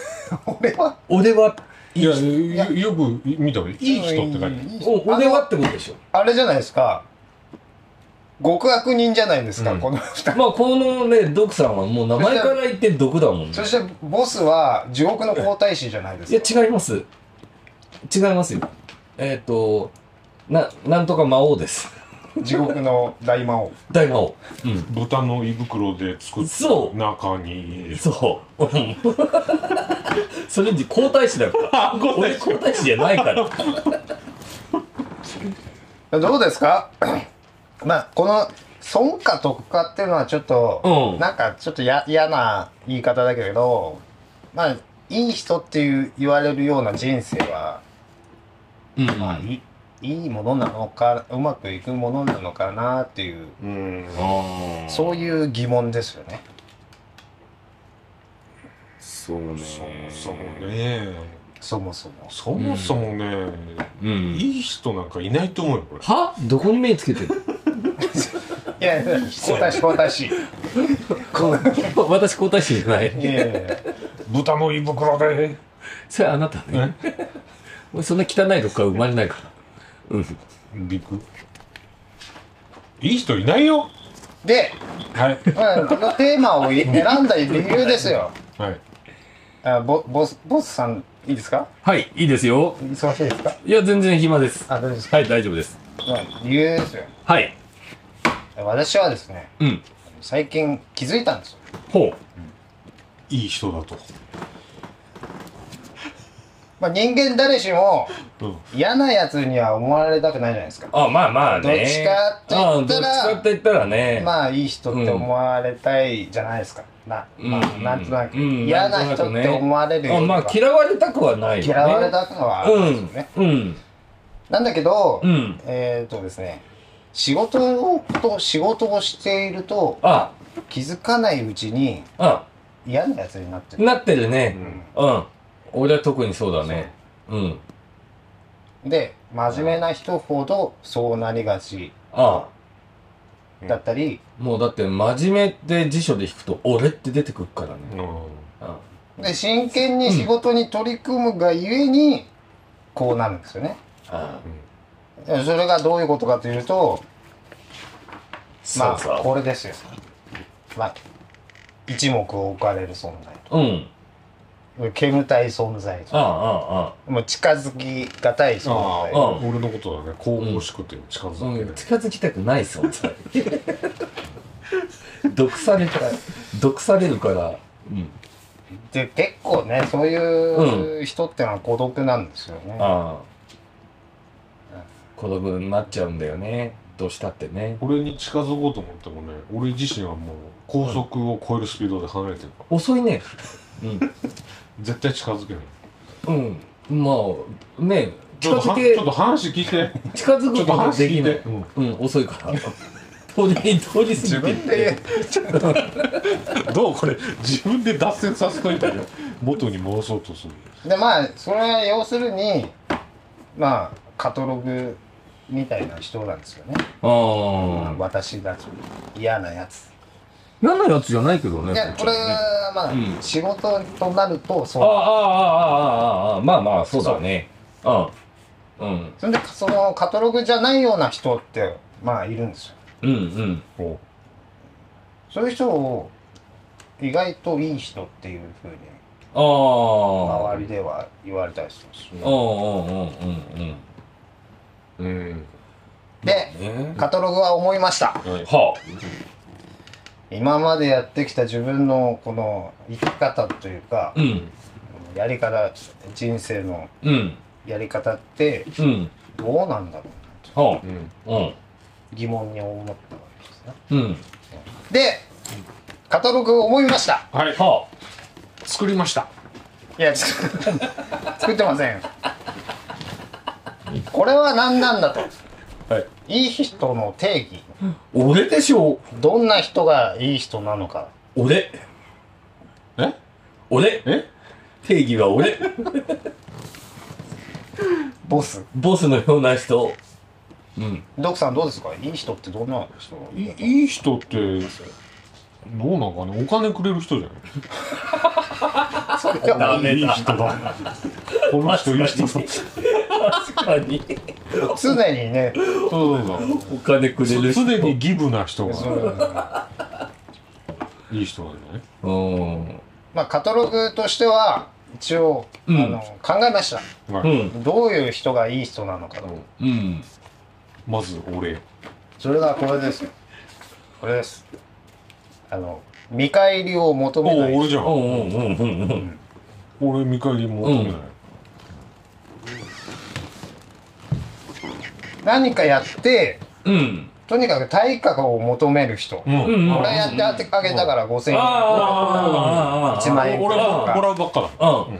俺は俺は、いやよよく見た方がいいいい人って書いてあるおあ俺のはってことでしょ。あれじゃないですか。極悪人じゃないですか、うんこの二人。まあ、このね、毒さんはもう名前から言って毒だもんねそ。して、ボスは地獄の皇太子じゃないでいすか。や、違います。違いますよ。えっ、と、な、なんとか魔王です。 地獄の大魔王。大魔王。うん。豚の胃袋で作っそた中にそう。うん それに皇太子だ から。俺皇太子じゃないから。どうですか まあ、この、損か得かっていうのはちょっと、うんなんかちょっとや嫌な言い方だけれど、まあ、いい人っていう言われるような人生は、うん。まあ、いいいものなのか、うまくいくものなのかなっていう、うんあう。そういう疑問ですよね。そうねそもそもねそもそも。そもそもね、うん。いい人なんかいないと思うよこれはどこに目つけてる いやいや、皇太子皇太子。私皇太子じゃない。いやいやいや豚の胃袋でそれあなたね。 俺そんな汚いとこから生まれないから。うん。びくいい人いないよで、はいまあ、このテーマをい選んだ理由ですよ。はいあボボス、ボスさん、いいですかはい、いいですよ。忙しいですかいや、全然暇です。あ、大丈夫ですかはい、大丈夫です。まあ理由ですよ。はい。私はですね、うん。最近気づいたんですよ。ほう。いい人だとまあ、人間誰しもうん嫌な奴には思われたくないじゃないですか。あ、まあまあね。どっちかって言ったらあどっちかって言ったらね。あ、まあいい人って思われたいじゃないですか。な、まあ、うんなんとなく、うん嫌な人って思われるよりまはあ、嫌われたくはないよ、ね。嫌われたくのはあるんですよね。うん。うん。なんだけど、うん。えっ、とですね、仕事をと仕事をしているとあ、気づかないうちにあ、嫌な奴になってる。なってるね。うん。俺は特にそうだね。うん。で、真面目な人ほどそうなりがちあだったり、もうだって、真面目って辞書で引くと、俺って出てくるからね。うあで真剣に仕事に取り組むがゆえにこうなるんですよねあでそれがどういうことかというとまあそうそうこれですよまあ一目置かれる存在うん。と煙たい存在ああ、ああ、あもう近づきがたいんあ存あ在うん俺のことだね神々しくて近あ。うづけん、て近づきたくない存在。 毒された、毒されるから。うん。で結構ねそういう人ってのは孤独なんですよね、ああ孤独になっちゃうんだよねどうしたってね俺に近づこうと思ってもね俺自身はもう高速を超えるスピードで離れてるから遅いね絶対近づけないうん、うん、まあねち近ょっづとはちけょっと話聞いて近づちょくっとこと話で聞きいなてい、うん、遅いから通り通り自過ぎてい分で どうこれ自分で脱線させといて元に戻そうとするでまあそれは要するにまあカトログみたいな人なんですよねああ私だと嫌なやつ嫌なやつじゃないけどねいやここれっちはねはまあ、うん仕事となるとあああそうあああああまあまあそうだねうんうんそれでそのカタログじゃないような人ってまあいるんですようんうんおそういう人を意外といい人っていうふうにああ周りでは言われたりするんですようんうんうんうんうんでうんねカタログは思いましたは今までやってきた自分のこの生き方というかあ、うんやり方人生のうんやり方ってうんどうなんだろうなとはうんあうん疑問に思ったわけですねうんでカタログを思いましたはいはあ作りましたいやつ作ってませんこれは何なんだとはいいい人の定義俺でしょどんな人がいい人なのか俺え俺え定義は 俺ボスボスのような人うん。ドクさんどうですかいい人ってどんな人いいい人ってどうなんかねお金くれる人じゃないダメだいい人だこの人いい人だそう確かに。常にねそうそうお金くれる人。常にギブな人そがのいい人なんじゃないうん。まあカタログとしては一応、うんあの考えましたはういん。どういう人がいい人なのかとうん。まずお礼それがこれですよこれですあの見返りを求おめないお俺じゃうんんうんうんうんうん。俺見返り求めない、うん何かやってうん。とにかく対価を求める人、うんうんうん俺やってあてあげたから5000円、ああ。 1万円俺はあもらうばっかだ、うん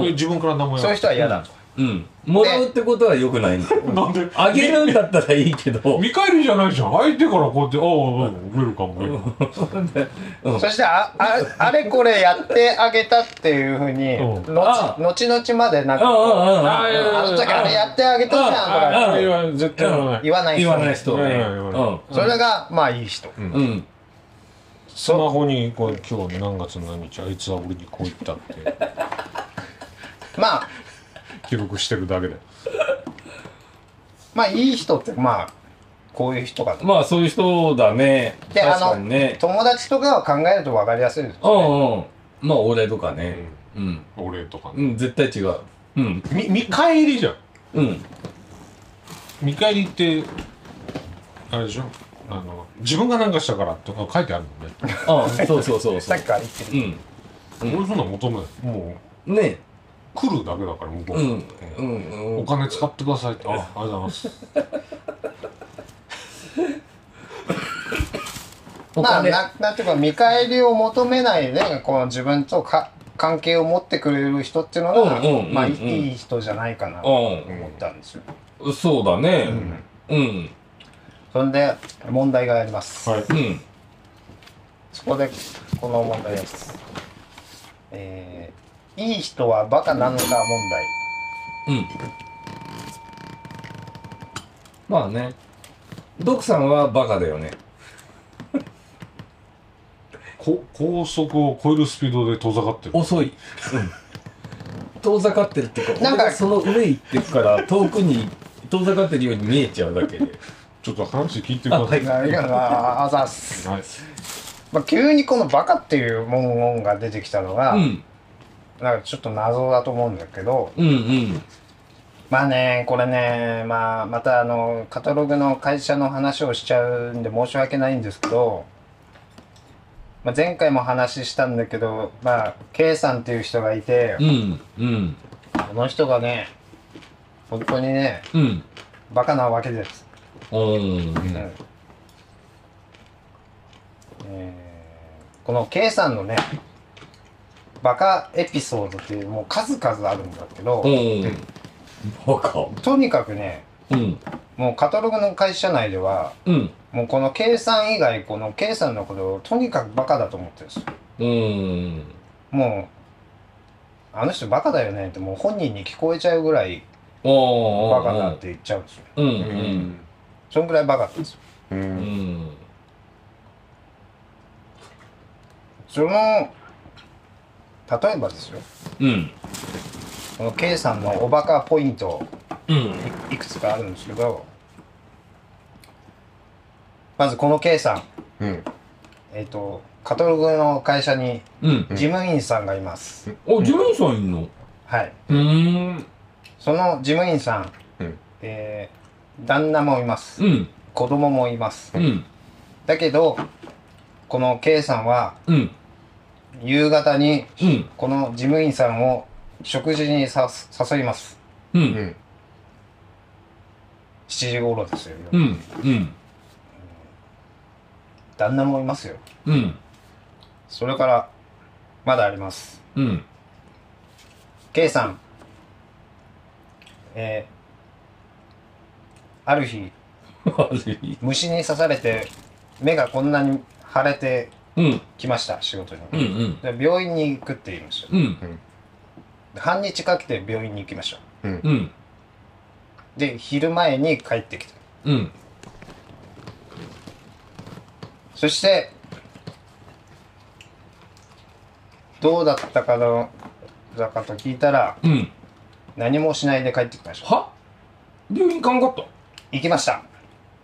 俺自分から何もやそういうら人は嫌だと、うん。うん。もらうってことは良くないんだよ。なんであげるんだったらいいけど。見返りじゃないじゃん相手からこうやって「ああうんウェルカムウェルカムうんそしてあああれこれやってあげたっていうふうに、うのああ後々までなんうんかうんうんうんあいやいやいやあの時あれやってあげたじゃんとかああいや絶対言わない言わない言人わない人いやいやう言んわそれがまあいい人、うんスマホにこう「今日何月何日あいつは俺にこう言った」ってまあ記録してるだけでまあいい人ってまあこういう人かと、まあそういう人だねであ確のかにね友達とかは考えると分かりやすいですうんうんまあ俺とかねうんお礼とかうねん絶対違ううんみ見返りじゃんうん見返りってあれでしょあの自分が何かしたからとか書いてあるもんねああそうそうそうさそっうきから言ってるうん俺そんなの求めないもうね来るだけだから向こう、うんうんうおん金使ってくださいってあありがとうございますおまあ、金ななんていうか見返りを求めないでこの自分とか関係を持ってくれる人っていうのが、うんうんうんうんまあ、いいいい人じゃないかなと思ったんですよ、うんそうだねうんそれで問題があります、はいうんそこでこの問題ですえー、いい人はバカなのか問題うんまあねドクさんはバカだよねこ高速を超えるスピードで遠ざかってる遅い、遠ざかってるっていうなかんかなんかその上行ってくから遠くに遠ざかってるように見えちゃうだけでちょっと話聞いてください、ありがとうございますあざっ す、はいまあ、急にこのバカっていう文言が出てきたのが、うんなんかちょっと謎だと思うんだけどうんうんまあねこれね、まあ、またあのカタログの会社の話をしちゃうんで申し訳ないんですけど、まあ、前回も話したんだけど、まあ、K さんっていう人がいてうんうんこの人がね本当にねうんバカなわけです。うんうんえーこの K さんのねバカエピソードっていうもう数々あるんだけど、うんバカとにかくねうんもうカタログの会社内ではうんもうこの計算以外この計算のことをとにかくバカだと思ってるんですようんもうあの人バカだよねってもう本人に聞こえちゃうぐらいおバカだって言っちゃうんですようんううんんそんぐらいバカなんですよううんんその例えばですようんこの K さんのおバカポイントうんいくつかあるんですけどまずこの K さんうんえっ、とカタログの会社にうん事務員さんがいます、お事務員さんいんのはいうんその事務員さん、うんえー旦那もいます、うん子供もいます、うんだけどこの K さんはうん夕方にうんこの事務員さんを食事にさす誘いますううんん7時頃ですよ、うんうん旦那もいますようんそれからまだありますうん K さんえーある日悪い虫に刺されて目がこんなに腫れてうんきました仕事に、うんうんで病院に行くって言いましたうんで半日かけて病院に行きましたうんで昼前に帰ってきたうん。そしてどうだったかのだかと聞いたらうん。何もしないで帰ってきましたは病院行かんかった、行きました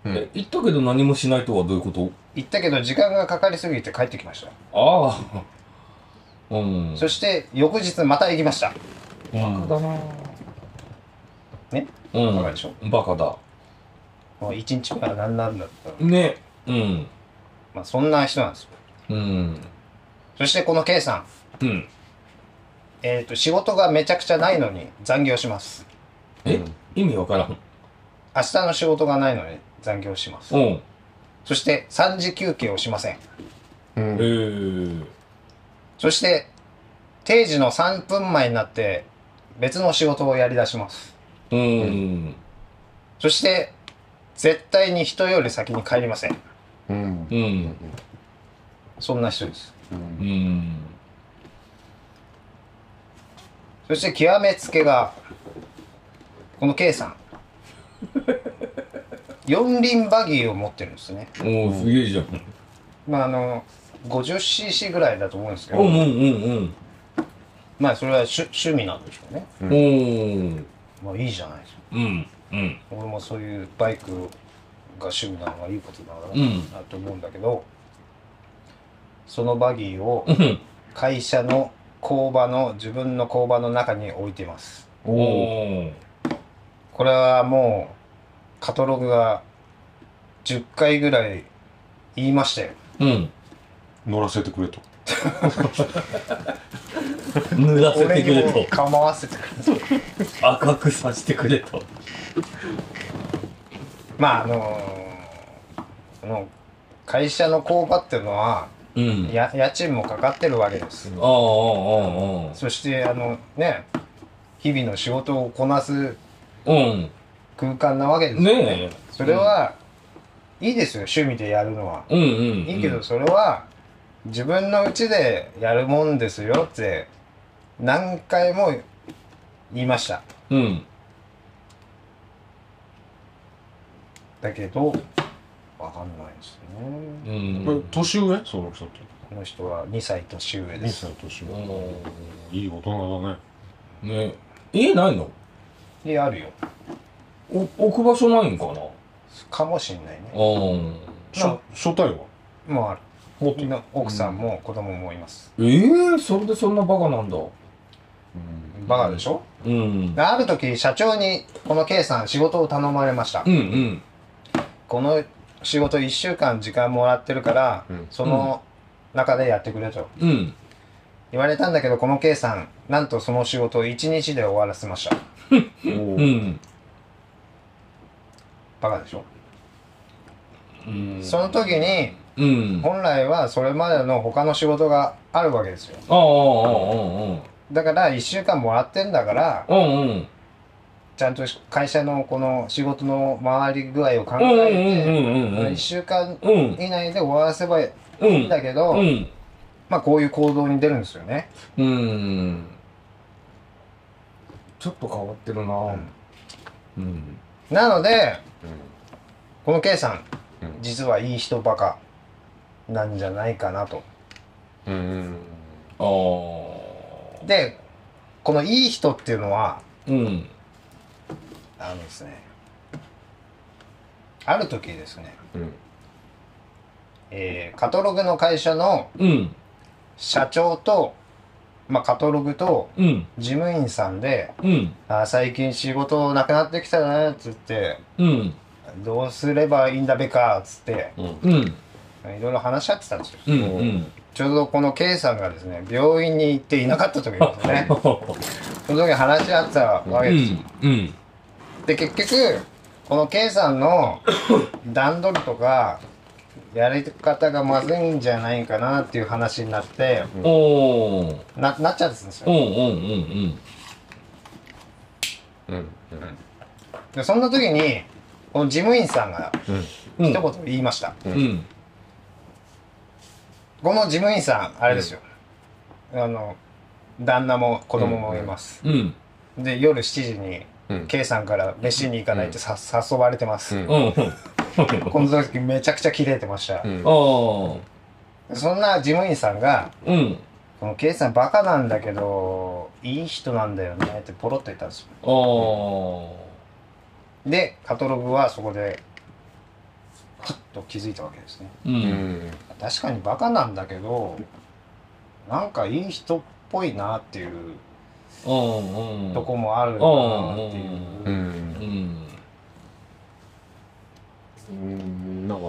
うんえ、行ったけど何もしないとはどういうこと行ったけど時間がかかりすぎて帰ってきました、ああ。うん。そして翌日また行きましたうんだなねうん。バカでしょバカだ。もう1日目は何なんだったのね。うん。まあそんな人なんですようん。そしてこの K さんうん。えっ、と仕事がめちゃくちゃないのに残業しますえ、うん意味わからん。明日の仕事がないのに残業しますうん。そして3時休憩をしませんうんえー。そして定時の3分前になって別の仕事をやりだしますうん。そして絶対に人より先に帰りませんうんう。ん。そんな人ですうんうん。そして極めつけがこの K さん 四輪バギーを持ってるんですねおー、すげえじゃん。まああの 50cc ぐらいだと思うんですけうど、んうんまあそれは趣趣味なんでしょうねうんうん。おー。まあいいじゃないですかうん。うん。俺もそういうバイクが趣味なのはいいことだう。なんなと思うんだけど、そのバギーをうん。会社の工場の自分の工場の中に置いていますおーおー。これはもうカトログが10回ぐらい言いましたようん。乗らせてくれと。濡らせ俺てくにれもと。構わせてくれと赤くさしてくれと。まああのーこの会社の工場っていうのはうん。や家賃もかかってるわけですああ、ああ、あそしてあのね日々の仕事をこなすあ。うん。空間なわけですよねねえ。それは、いいですよ趣味でやるのは、うんうん。いいけどそれは自分の家でやるもんですよって何回も言いましたうん。だけどわかんないですうねん。これ、年上その人って。この人は2歳年上で2す歳年う上。んいい大人だね。ね家ないのであるよお置く場所ないんかなかもしんないねうん。初初対はもうある持ってるの奥さんも子供もいます、ええそれでそんなバカなんだ。バカでしょうん。である時社長にこの K さん仕事を頼まれました、うんうん。この仕事1週間時間もらってるから、うんその中でやってくれとうん。言われたんだけどこの K さんなんとその仕事を1日で終わらせましたおうーん。バカでしょ、うん。その時にうん。あ本来はそれまでの他の仕事があるわけですよあ、ああ、あだから1週間もらってんだからあ、うんうん。ちゃんと会社のこの仕事の回り具合を考うんうんえうんうんうて1ん。週間うん。以内で終わらせばいうん。いんだけど、うん。まあこういう行動に出るんですよね、うん。ちょっと変わってるなうん。なのでうんこの K さん、うん実はいい人バカなんじゃないかなとうん。ああ。でこのいい人っていうのはうん。あのですねある時ですね、うん。えーカタログの会社のうん。社長と、まあ、カタログとうん。事務員さんでうん。 「あー最近仕事なくなってきたな」っつってうん。 「どうすればいいんだべか」っつってうん。うん。いろいろ話し合ってたんですようん。うん。ちょうどこの K さんがですね病院に行っていなかった時ですねその時話し合ってたわけですよ、うん。で結局この K さん の段取りとかやり方がまずいんじゃないかなっていう話になっておー。ななっちゃったんですうんようんうんうん。でそんな時にこの事務員さんがうん。一言言いました、うん。この事務員さんあれですよ、あの旦那も子供もいます、うん。で夜7時にうん。 K さんから飯に行かないってさ、誘われてます、うんうんうん。この時めちゃくちゃキレてましたう、ん。あそんな事務員さんがあ。うん。 「この K さんバカなんだけどいい人なんだよね」ってポロッと言ったんですよああ。でカトログはそこでふっと気づいたわけですねう。うんん。確かにバカなんだけどなんかいい人っぽいなっていううん。うん。とこもあるなっていう、う。うんん。うん。なんか、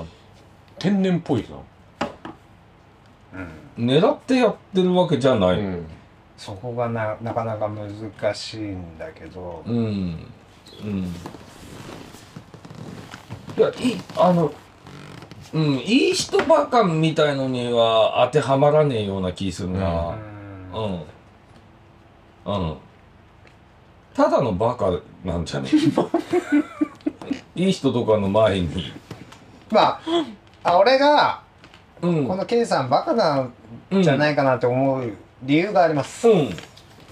天然っぽいな。うん狙ってやってるわけじゃなうい。ん。そこがななかなか難しいんだけど、うん。うん。いや、いい、あの、うん、いい人ばかみたいのには当てはまらねえような気するうな。んうん。うん。ただのバカなんじゃね えいい人とかの前に。まああ俺がうん。この K さんバカなんうんじゃないかなって思う理由があります、うん。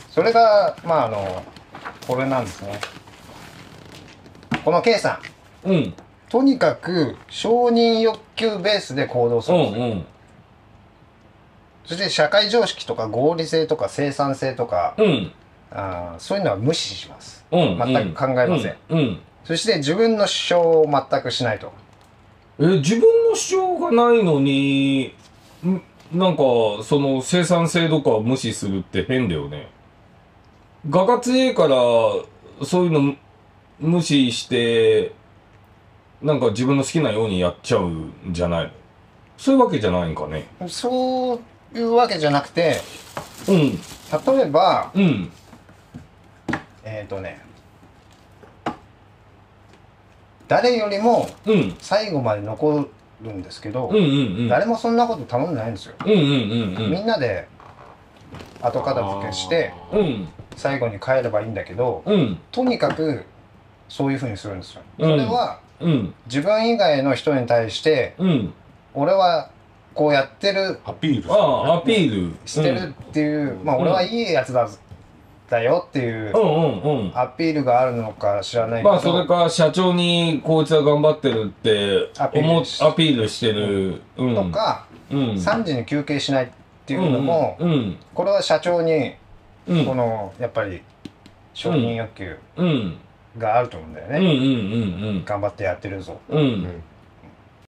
それがまああのこれなんですねこの K さんうん。とにかく承認欲求ベースで行動すうるんですんよ、うん。そして社会常識とか合理性とか生産性とか、うん。あーそういうのは無視しますうん。全く考えません。うん。そして自分の主張を全くしないとえ、自分の主張がないのに、んなんか、その生産性とかを無視するって変だよね。画が強いから、そういうのむ無視して、なんか自分の好きなようにやっちゃうんじゃないのそういうわけじゃないんかね。そういうわけじゃなくてうん、例えばうん、えっ、ー、とね誰よりもうん、最後まで残るんですけど、うん、うん、うん。誰もそんなこと頼んでないんですよ、うん、うん、うん、うみん。んなで後片付けしてあーうん、最後に帰ればいいんだけどうん、とにかくそういうふうにするんですよ、うんそれはうん、自分以外の人に対してうん。俺はこうやってるアピールするああ、アピール。してるっていう、まあ俺はいいやつだだよっていううん、うん、うん、うん。アピールがあるのか知らないけど、まあそれか社長にこいつは頑張ってるってアピール思っしアピールしてる、うん、とか、うん、 3時に休憩しないっていうのも、うんうんこれは社長にうんうんこのやっぱり承認欲求うんがあると思うんだよね、うんうんうん頑張ってやってるぞうんうん